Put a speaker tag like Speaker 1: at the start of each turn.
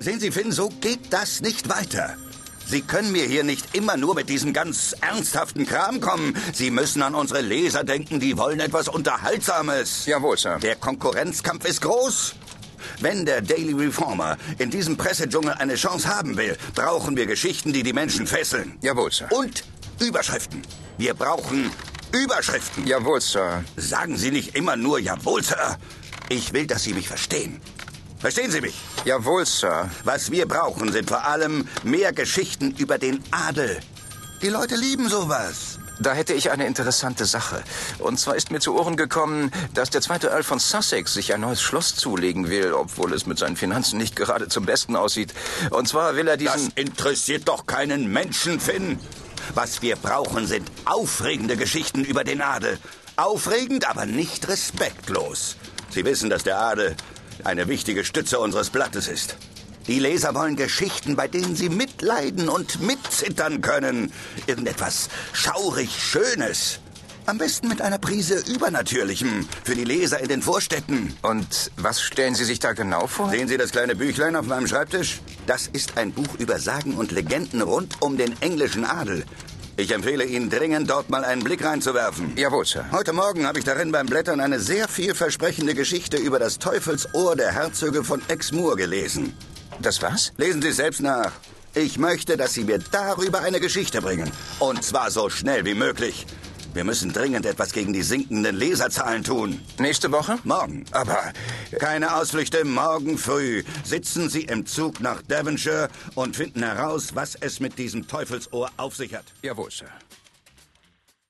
Speaker 1: Sehen Sie, Finn, so geht das nicht weiter. Sie können mir hier nicht immer nur mit diesem ganz ernsthaften Kram kommen. Sie müssen an unsere Leser denken, die wollen etwas Unterhaltsames.
Speaker 2: Jawohl, Sir.
Speaker 1: Der Konkurrenzkampf ist groß. Wenn der Daily Reformer in diesem Pressedschungel eine Chance haben will, brauchen wir Geschichten, die die Menschen fesseln.
Speaker 2: Jawohl, Sir.
Speaker 1: Und Überschriften. Wir brauchen Überschriften.
Speaker 2: Jawohl, Sir.
Speaker 1: Sagen Sie nicht immer nur Jawohl, Sir. Ich will, dass Sie mich verstehen. Verstehen Sie mich?
Speaker 2: Jawohl, Sir.
Speaker 1: Was wir brauchen, sind vor allem mehr Geschichten über den Adel. Die Leute lieben sowas.
Speaker 2: Da hätte ich eine interessante Sache. Und zwar ist mir zu Ohren gekommen, dass der zweite Earl von Sussex sich ein neues Schloss zulegen will, obwohl es mit seinen Finanzen nicht gerade zum Besten aussieht. Und zwar will er
Speaker 1: Das
Speaker 2: diesen...
Speaker 1: interessiert doch keinen Menschen, Finn. Was wir brauchen, sind aufregende Geschichten über den Adel. Aufregend, aber nicht respektlos. Sie wissen, dass der Adel eine wichtige Stütze unseres Blattes ist. Die Leser wollen Geschichten, bei denen sie mitleiden und mitzittern können. Irgendetwas schaurig Schönes. Am besten mit einer Prise Übernatürlichem für die Leser in den Vorstädten.
Speaker 2: und was stellen Sie sich da genau vor?
Speaker 1: Sehen Sie das kleine Büchlein auf meinem Schreibtisch? Das ist ein Buch über Sagen und Legenden rund um den englischen Adel. Ich empfehle Ihnen dringend, dort mal einen Blick reinzuwerfen.
Speaker 2: Jawohl, Sir.
Speaker 1: Heute Morgen habe ich darin beim Blättern eine sehr vielversprechende Geschichte über das Teufelsohr der Herzöge von Exmoor gelesen.
Speaker 2: Das war's?
Speaker 1: Lesen Sie es selbst nach. Ich möchte, dass Sie mir darüber eine Geschichte bringen. Und zwar so schnell wie möglich. Wir müssen dringend etwas gegen die sinkenden Leserzahlen tun.
Speaker 2: Nächste Woche?
Speaker 1: Morgen.
Speaker 2: Aber
Speaker 1: Keine Ausflüchte, morgen früh sitzen Sie im Zug nach Devonshire und finden heraus, was es mit diesem Teufelsohr auf sich hat.
Speaker 2: jawohl, Sir.